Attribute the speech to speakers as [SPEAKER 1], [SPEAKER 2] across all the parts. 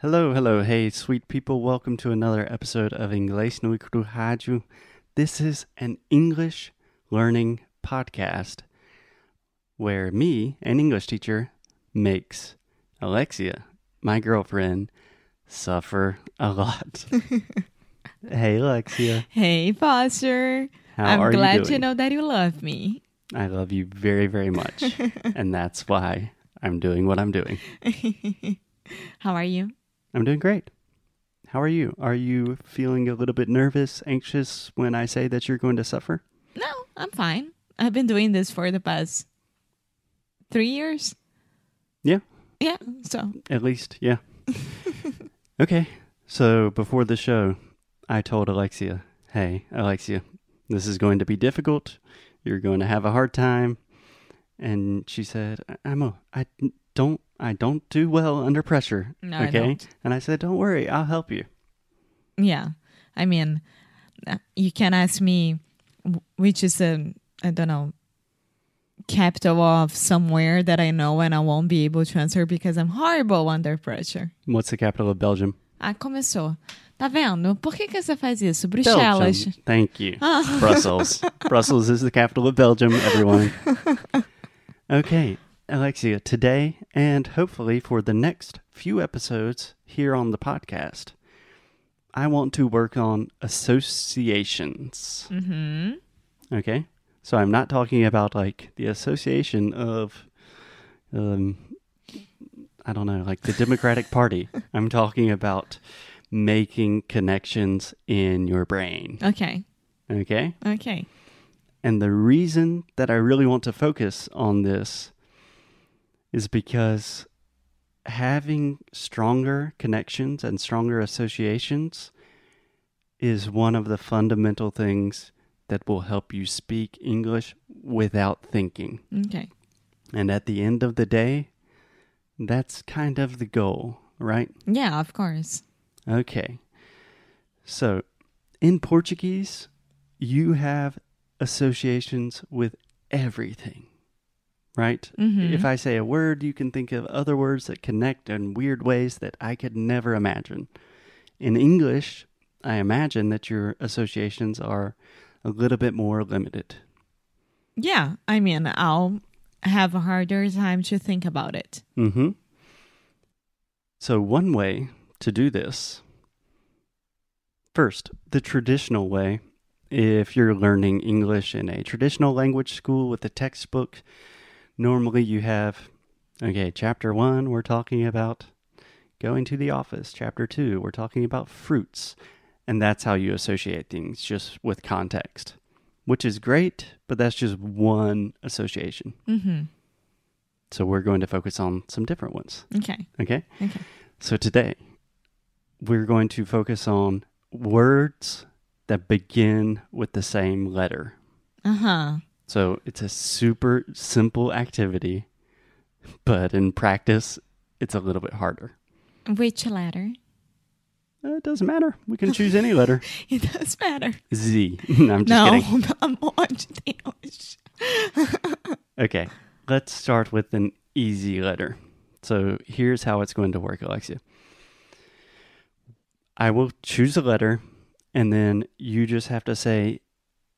[SPEAKER 1] Hello, hello, hey, sweet people. Welcome to another episode of Inglês no Cru Rádio. This is an English learning podcast where me, an English teacher, makes Alexia, my girlfriend, suffer a lot. hey, Alexia,
[SPEAKER 2] Hey, Foster.
[SPEAKER 1] how
[SPEAKER 2] I'm
[SPEAKER 1] are
[SPEAKER 2] glad
[SPEAKER 1] you doing?
[SPEAKER 2] know that you love me.
[SPEAKER 1] I love you very, very much, and that's why I'm doing what I'm doing.
[SPEAKER 2] How are you?
[SPEAKER 1] I'm doing great. How are you? Are you feeling a little bit nervous, anxious when I say that you're going to suffer?
[SPEAKER 2] No, I'm fine. I've been doing this for the past three years.
[SPEAKER 1] Yeah,
[SPEAKER 2] Yeah, so
[SPEAKER 1] at least, yeah. okay, so before the show, I told Alexia, hey, Alexia, this is going to be difficult. You're going to have a hard time. And she said, Amo, I don't, I don't do well under pressure.
[SPEAKER 2] No, I
[SPEAKER 1] okay.
[SPEAKER 2] don't.
[SPEAKER 1] And I said, don't worry, I'll help you.
[SPEAKER 2] yeah. I mean, uh, you can ask me w- which is the, I don't know, capital of somewhere that I know and I won't be able to answer because I'm horrible under pressure.
[SPEAKER 1] What's the capital of Belgium?
[SPEAKER 2] Ah, começou. Tá vendo? Por que, que você faz isso?
[SPEAKER 1] Belgium.
[SPEAKER 2] Bruxelas.
[SPEAKER 1] Thank you. Brussels. Brussels is the capital of Belgium, everyone. okay, Alexia, today and hopefully for the next few episodes here on the podcast, I want to work on associations.
[SPEAKER 2] Mm-hmm.
[SPEAKER 1] Okay? So I'm not talking about like the association of um I don't know, like the Democratic Party. I'm talking about making connections in your brain.
[SPEAKER 2] Okay.
[SPEAKER 1] Okay?
[SPEAKER 2] Okay.
[SPEAKER 1] And the reason that I really want to focus on this is because having stronger connections and stronger associations is one of the fundamental things that will help you speak English without thinking.
[SPEAKER 2] Okay.
[SPEAKER 1] And at the end of the day, that's kind of the goal, right?
[SPEAKER 2] Yeah, of course.
[SPEAKER 1] Okay. So, in Portuguese, you have associations with everything, right?
[SPEAKER 2] Mhm.
[SPEAKER 1] If I say a word, you can think of other words that connect in weird ways that I could never imagine. In English, I imagine that your associations are a little bit more limited.
[SPEAKER 2] Yeah, I mean, I'll have a harder time to think about it.
[SPEAKER 1] Mm-hmm. So one way to do this, first, the traditional way, if you're learning English in a traditional language school with a textbook, normally you have, okay, chapter one, we're talking about going to the office. Chapter two, we're talking about fruits. And that's how you associate things, just with context, which is great, but that's just one association.
[SPEAKER 2] Mm-hmm.
[SPEAKER 1] So we're going to focus on some different ones.
[SPEAKER 2] Okay.
[SPEAKER 1] Okay.
[SPEAKER 2] Okay.
[SPEAKER 1] So today we're going to focus on words that begin with the same letter.
[SPEAKER 2] Uh huh.
[SPEAKER 1] So it's a super simple activity, but in practice, it's a little bit harder.
[SPEAKER 2] Which letter?
[SPEAKER 1] Uh, It doesn't matter. We can choose any letter.
[SPEAKER 2] It does matter.
[SPEAKER 1] Z. No, I'm just
[SPEAKER 2] No,
[SPEAKER 1] kidding.
[SPEAKER 2] amor de Deus.
[SPEAKER 1] Okay. Let's start with an easy letter. So here's how it's going to work, Alexia. I will choose a letter, and then you just have to say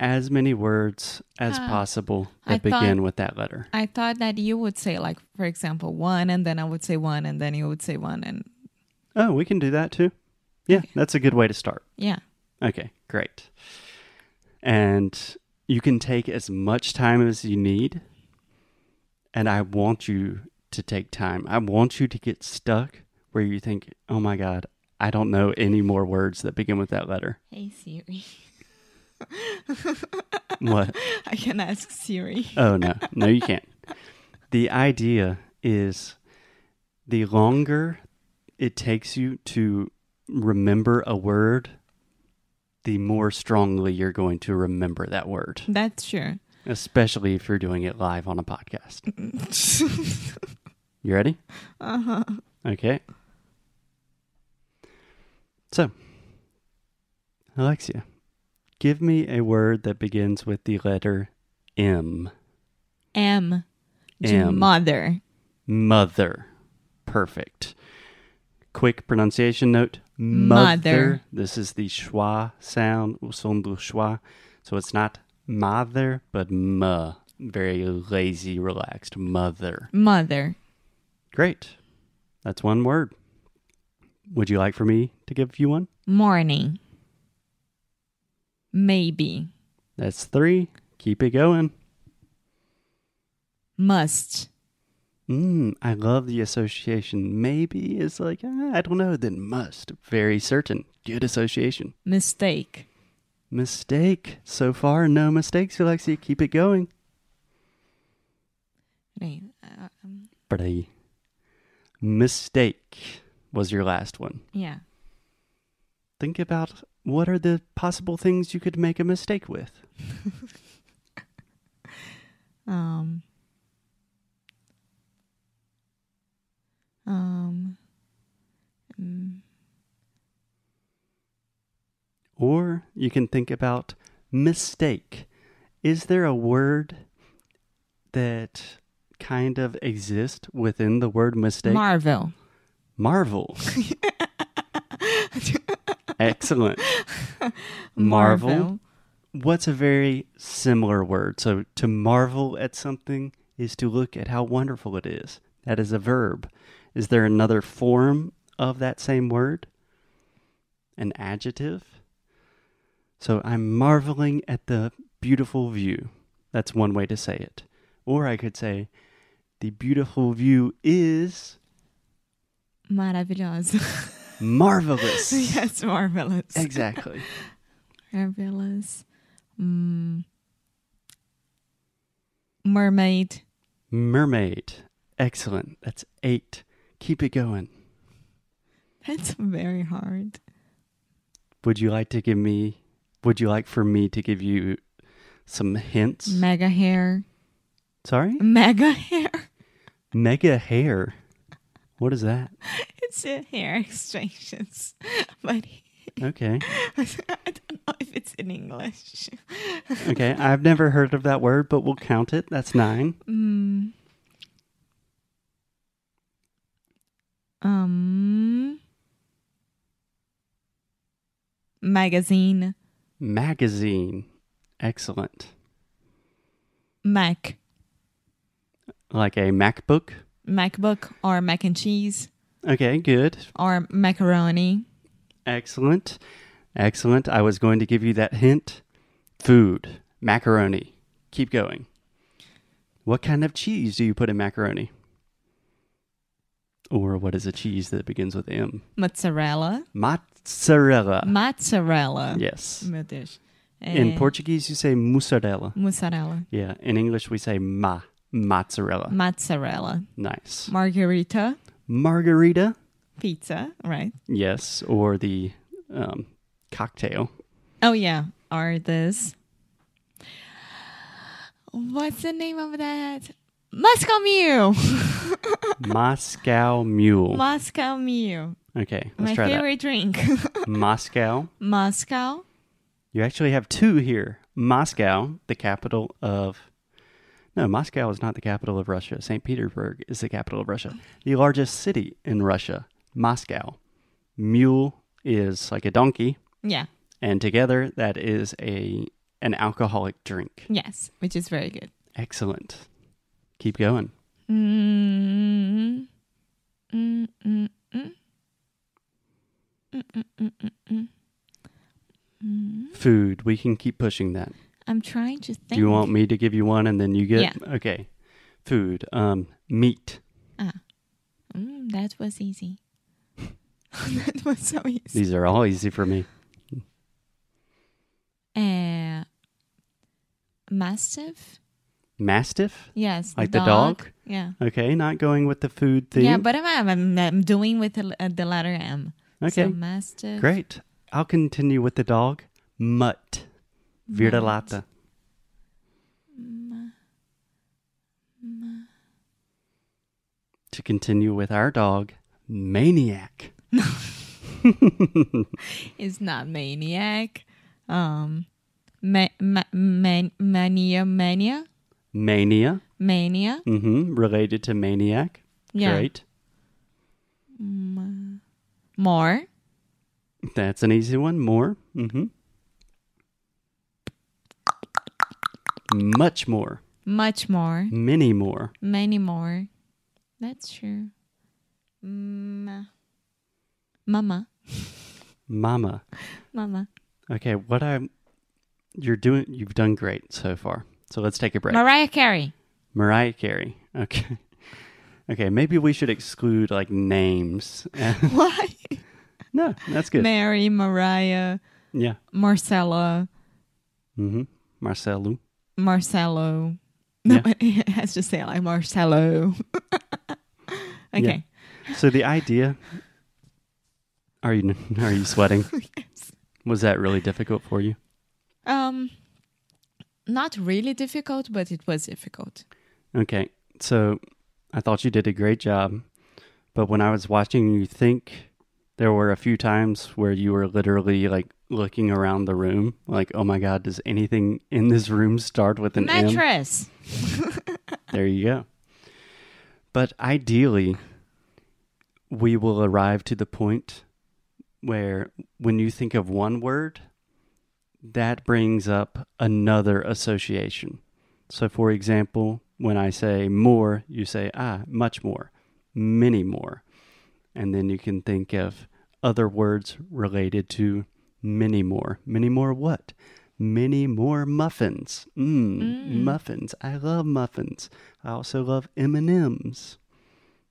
[SPEAKER 1] as many words as
[SPEAKER 2] Ah,
[SPEAKER 1] possible that
[SPEAKER 2] I thought-
[SPEAKER 1] begin with that letter.
[SPEAKER 2] I thought that you would say, like, for example, one, and then I would say one, and then you would say one, and
[SPEAKER 1] Oh, we can do that too. Yeah, that's a good way to start.
[SPEAKER 2] yeah.
[SPEAKER 1] Okay, great. And you can take as much time as you need. And I want you to take time. I want you to get stuck where you think, oh my God, I don't know any more words that begin with that letter.
[SPEAKER 2] Hey, Siri.
[SPEAKER 1] What?
[SPEAKER 2] I can ask Siri.
[SPEAKER 1] Oh, no. No, you can't. The idea is the longer it takes you to remember a word, the more strongly you're going to remember that word.
[SPEAKER 2] That's true.
[SPEAKER 1] especially if you're doing it live on a podcast. You ready?
[SPEAKER 2] uh huh.
[SPEAKER 1] Okay. So, Alexia, give me a word that begins with the letter M.
[SPEAKER 2] M.
[SPEAKER 1] M.
[SPEAKER 2] Mother.
[SPEAKER 1] Mother. Perfect. Quick pronunciation note. Mother.
[SPEAKER 2] Mother.
[SPEAKER 1] This is the schwa sound, o son du schwa. So it's not mother, but ma. Very lazy, relaxed mother.
[SPEAKER 2] Mother.
[SPEAKER 1] Great. That's one word. Would you like for me to give you one?
[SPEAKER 2] Morning. Maybe.
[SPEAKER 1] That's three. Keep it going.
[SPEAKER 2] Must.
[SPEAKER 1] Mm, I love the association. Maybe is like, ah, I don't know, then must. Very certain. Good association.
[SPEAKER 2] Mistake.
[SPEAKER 1] Mistake. So far, no mistakes, Alexia. Keep it going.
[SPEAKER 2] Peraí, ah, um,
[SPEAKER 1] Pretty. Mistake was your last one.
[SPEAKER 2] Yeah.
[SPEAKER 1] Think about what are the possible things you could make a mistake with.
[SPEAKER 2] Um. Um. mm,
[SPEAKER 1] Or you can think about mistake. Is there a word that kind of exists within the word mistake?
[SPEAKER 2] Marvel.
[SPEAKER 1] Marvel. Excellent. Marvel. What's a very similar word? So to marvel at something is to look at how wonderful it is. That is a verb. Is there another form of that same word? An adjective? So I'm marveling at the beautiful view. That's one way to say it. Or I could say, the beautiful view is
[SPEAKER 2] Maravilhosa.
[SPEAKER 1] marvelous.
[SPEAKER 2] yes, marvelous.
[SPEAKER 1] Exactly.
[SPEAKER 2] Marvelous. Mm. Mermaid.
[SPEAKER 1] Mermaid. Excellent. That's eight. Keep it going.
[SPEAKER 2] That's very hard.
[SPEAKER 1] Would you like to give me, would you like for me to give you some hints?
[SPEAKER 2] Mega hair.
[SPEAKER 1] Sorry?
[SPEAKER 2] Mega hair.
[SPEAKER 1] Mega hair. What is that?
[SPEAKER 2] It's a hair extensions. But
[SPEAKER 1] Okay.
[SPEAKER 2] I don't know if it's in English.
[SPEAKER 1] Okay. I've never heard of that word, but we'll count it. That's nine.
[SPEAKER 2] Mm. Um. Magazine.
[SPEAKER 1] Magazine. Excellent.
[SPEAKER 2] Mac.
[SPEAKER 1] Like a MacBook.
[SPEAKER 2] MacBook or mac and cheese
[SPEAKER 1] Okay. Good.
[SPEAKER 2] or macaroni.
[SPEAKER 1] Excellent. Excellent. I was going to give you that hint. Food. Macaroni. Keep going. What kind of cheese do you put in macaroni? Or what is a cheese that begins with M?
[SPEAKER 2] Mozzarella.
[SPEAKER 1] Mozzarella.
[SPEAKER 2] Mozzarella.
[SPEAKER 1] Uh, yes.
[SPEAKER 2] Meu Deus.
[SPEAKER 1] In
[SPEAKER 2] É,
[SPEAKER 1] Portuguese, you say mozzarella.
[SPEAKER 2] Mozzarella.
[SPEAKER 1] Yeah. In English, we say ma. Mozzarella.
[SPEAKER 2] Mozzarella.
[SPEAKER 1] nice.
[SPEAKER 2] Margarita.
[SPEAKER 1] Margarita.
[SPEAKER 2] Pizza, right?
[SPEAKER 1] Yes. Or the um, cocktail.
[SPEAKER 2] Oh, yeah. Or this. What's the name of that? Moscow Mule.
[SPEAKER 1] Moscow mule.
[SPEAKER 2] Moscow Mule.
[SPEAKER 1] okay. Let's
[SPEAKER 2] My
[SPEAKER 1] try that.
[SPEAKER 2] favorite drink.
[SPEAKER 1] Moscow.
[SPEAKER 2] Moscow.
[SPEAKER 1] You actually have two here. Moscow, the capital of. No, Moscow is not the capital of Russia. St. Petersburg is the capital of Russia, the largest city in Russia, Moscow. Mule is like a donkey,
[SPEAKER 2] Yeah.
[SPEAKER 1] and together that is a an alcoholic drink.
[SPEAKER 2] Yes. Which is very good.
[SPEAKER 1] Excellent. Keep going.
[SPEAKER 2] Mm. Mm, mm, mm.
[SPEAKER 1] Food. We can keep pushing that.
[SPEAKER 2] I'm trying to think.
[SPEAKER 1] Do you want me to give you one and then you get
[SPEAKER 2] Yeah.
[SPEAKER 1] okay. Food. Um meat.
[SPEAKER 2] Mm, that was easy. that was so easy.
[SPEAKER 1] These are all easy for me.
[SPEAKER 2] Uh, mastiff?
[SPEAKER 1] Mastiff?
[SPEAKER 2] Yes.
[SPEAKER 1] Like the dog?
[SPEAKER 2] Yeah.
[SPEAKER 1] Okay, not going with the food theme.
[SPEAKER 2] Yeah, but I'm, I'm, I'm doing with the, l- uh, the letter M.
[SPEAKER 1] Okay.
[SPEAKER 2] So mastiff.
[SPEAKER 1] Great. I'll continue with the dog. Mutt. Virilata. To continue with our dog, Maniac.
[SPEAKER 2] It's not maniac. Um, ma- ma- man- mania, mania,
[SPEAKER 1] Mania. Mm-hmm.
[SPEAKER 2] mania.
[SPEAKER 1] hmm Related to Maniac.
[SPEAKER 2] Yeah.
[SPEAKER 1] Great.
[SPEAKER 2] Ma- Mm, More.
[SPEAKER 1] That's an easy one. More. Mm-hmm. Much more.
[SPEAKER 2] Much more.
[SPEAKER 1] Many more.
[SPEAKER 2] Many more. That's true. Mm. Mama.
[SPEAKER 1] Mama.
[SPEAKER 2] Mama.
[SPEAKER 1] Okay, what I'm you're doing you've done great so far. So let's take a break.
[SPEAKER 2] Mariah Carey.
[SPEAKER 1] Mariah Carey. Okay. Okay, maybe we should exclude like names.
[SPEAKER 2] Why?
[SPEAKER 1] no, that's good.
[SPEAKER 2] Mary, Mariah,
[SPEAKER 1] yeah.
[SPEAKER 2] Marcella,
[SPEAKER 1] Mhm. Marcelo.
[SPEAKER 2] Marcelo. No,
[SPEAKER 1] Yeah.
[SPEAKER 2] it has to say like Marcelo. okay.
[SPEAKER 1] So the idea Are you are you sweating?
[SPEAKER 2] Yes.
[SPEAKER 1] Was that really difficult for you?
[SPEAKER 2] Um, not really difficult, but it was difficult.
[SPEAKER 1] Okay. So I thought you did a great job. But when I was watching you think, there were a few times where you were literally like looking around the room, like, oh my God, does anything in this room start with an M?
[SPEAKER 2] Mattress.
[SPEAKER 1] There you go. But ideally, we will arrive to the point where when you think of one word, that brings up another association. So, for example, when I say more, you say, ah, much more, many more. And then you can think of other words related to many more. Many more what? Many more muffins. Mm, Muffins. I love muffins. I also love M&Ms.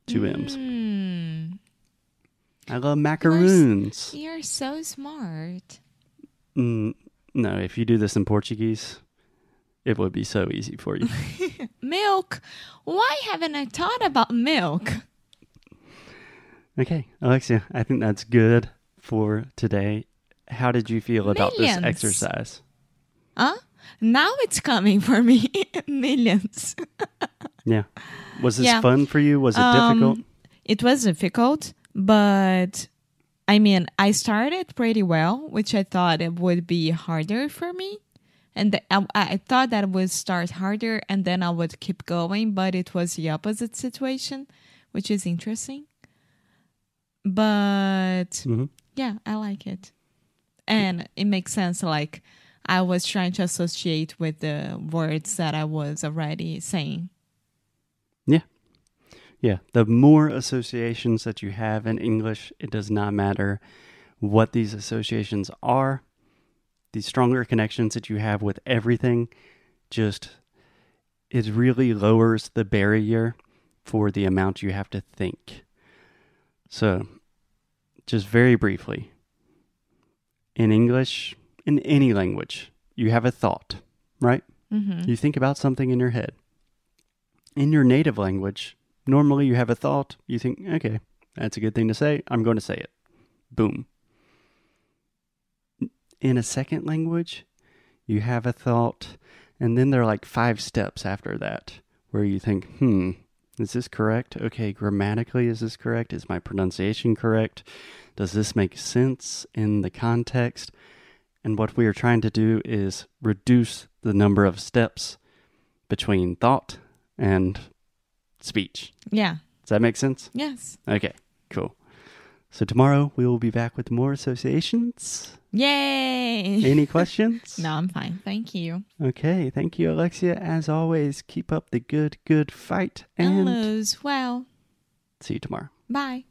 [SPEAKER 1] Two M's.
[SPEAKER 2] Mm,
[SPEAKER 1] I love macaroons.
[SPEAKER 2] you're so smart.
[SPEAKER 1] Mm, no, if you do this in Portuguese, it would be so easy for you.
[SPEAKER 2] Milk. Why haven't I thought about milk?
[SPEAKER 1] Okay, Alexia, I think that's good for today. How did you feel about this
[SPEAKER 2] Millions.
[SPEAKER 1] exercise?
[SPEAKER 2] Huh? Now it's coming for me. Millions.
[SPEAKER 1] Yeah. Was this
[SPEAKER 2] Yeah. Um,
[SPEAKER 1] fun for you? Was it difficult?
[SPEAKER 2] It was difficult, but I mean, I started pretty well, which I thought it would be harder for me. And th- I, I thought that would start harder and then I would keep going, but it was the opposite situation, which is interesting. But
[SPEAKER 1] Mhm.
[SPEAKER 2] yeah, I like it. And it makes sense. Like, I was trying to associate with the words that I was already saying.
[SPEAKER 1] Yeah. Yeah. The more associations that you have in English, it does not matter what these associations are. The stronger connections that you have with everything just it really lowers the barrier for the amount you have to think. So, just very briefly, in English, in any language, you have a thought, right?
[SPEAKER 2] Mm-hmm.
[SPEAKER 1] You think about something in your head. In your native language, normally you have a thought, you think, okay, that's a good thing to say. I'm going to say it. Boom. In a second language, you have a thought, and then there are like five steps after that where you think, hmm, is this correct? Okay, grammatically, is this correct? Is my pronunciation correct? Does this make sense in the context? And what we are trying to do is reduce the number of steps between thought and speech.
[SPEAKER 2] Yeah.
[SPEAKER 1] Does that make sense?
[SPEAKER 2] Yes.
[SPEAKER 1] Okay, cool. So tomorrow we will be back with more associations.
[SPEAKER 2] Yay.
[SPEAKER 1] Any questions?
[SPEAKER 2] No, I'm fine. Thank you.
[SPEAKER 1] Okay, thank you, Alexia. As always, keep up the good, good fight and
[SPEAKER 2] Hello as well.
[SPEAKER 1] see you tomorrow.
[SPEAKER 2] Bye.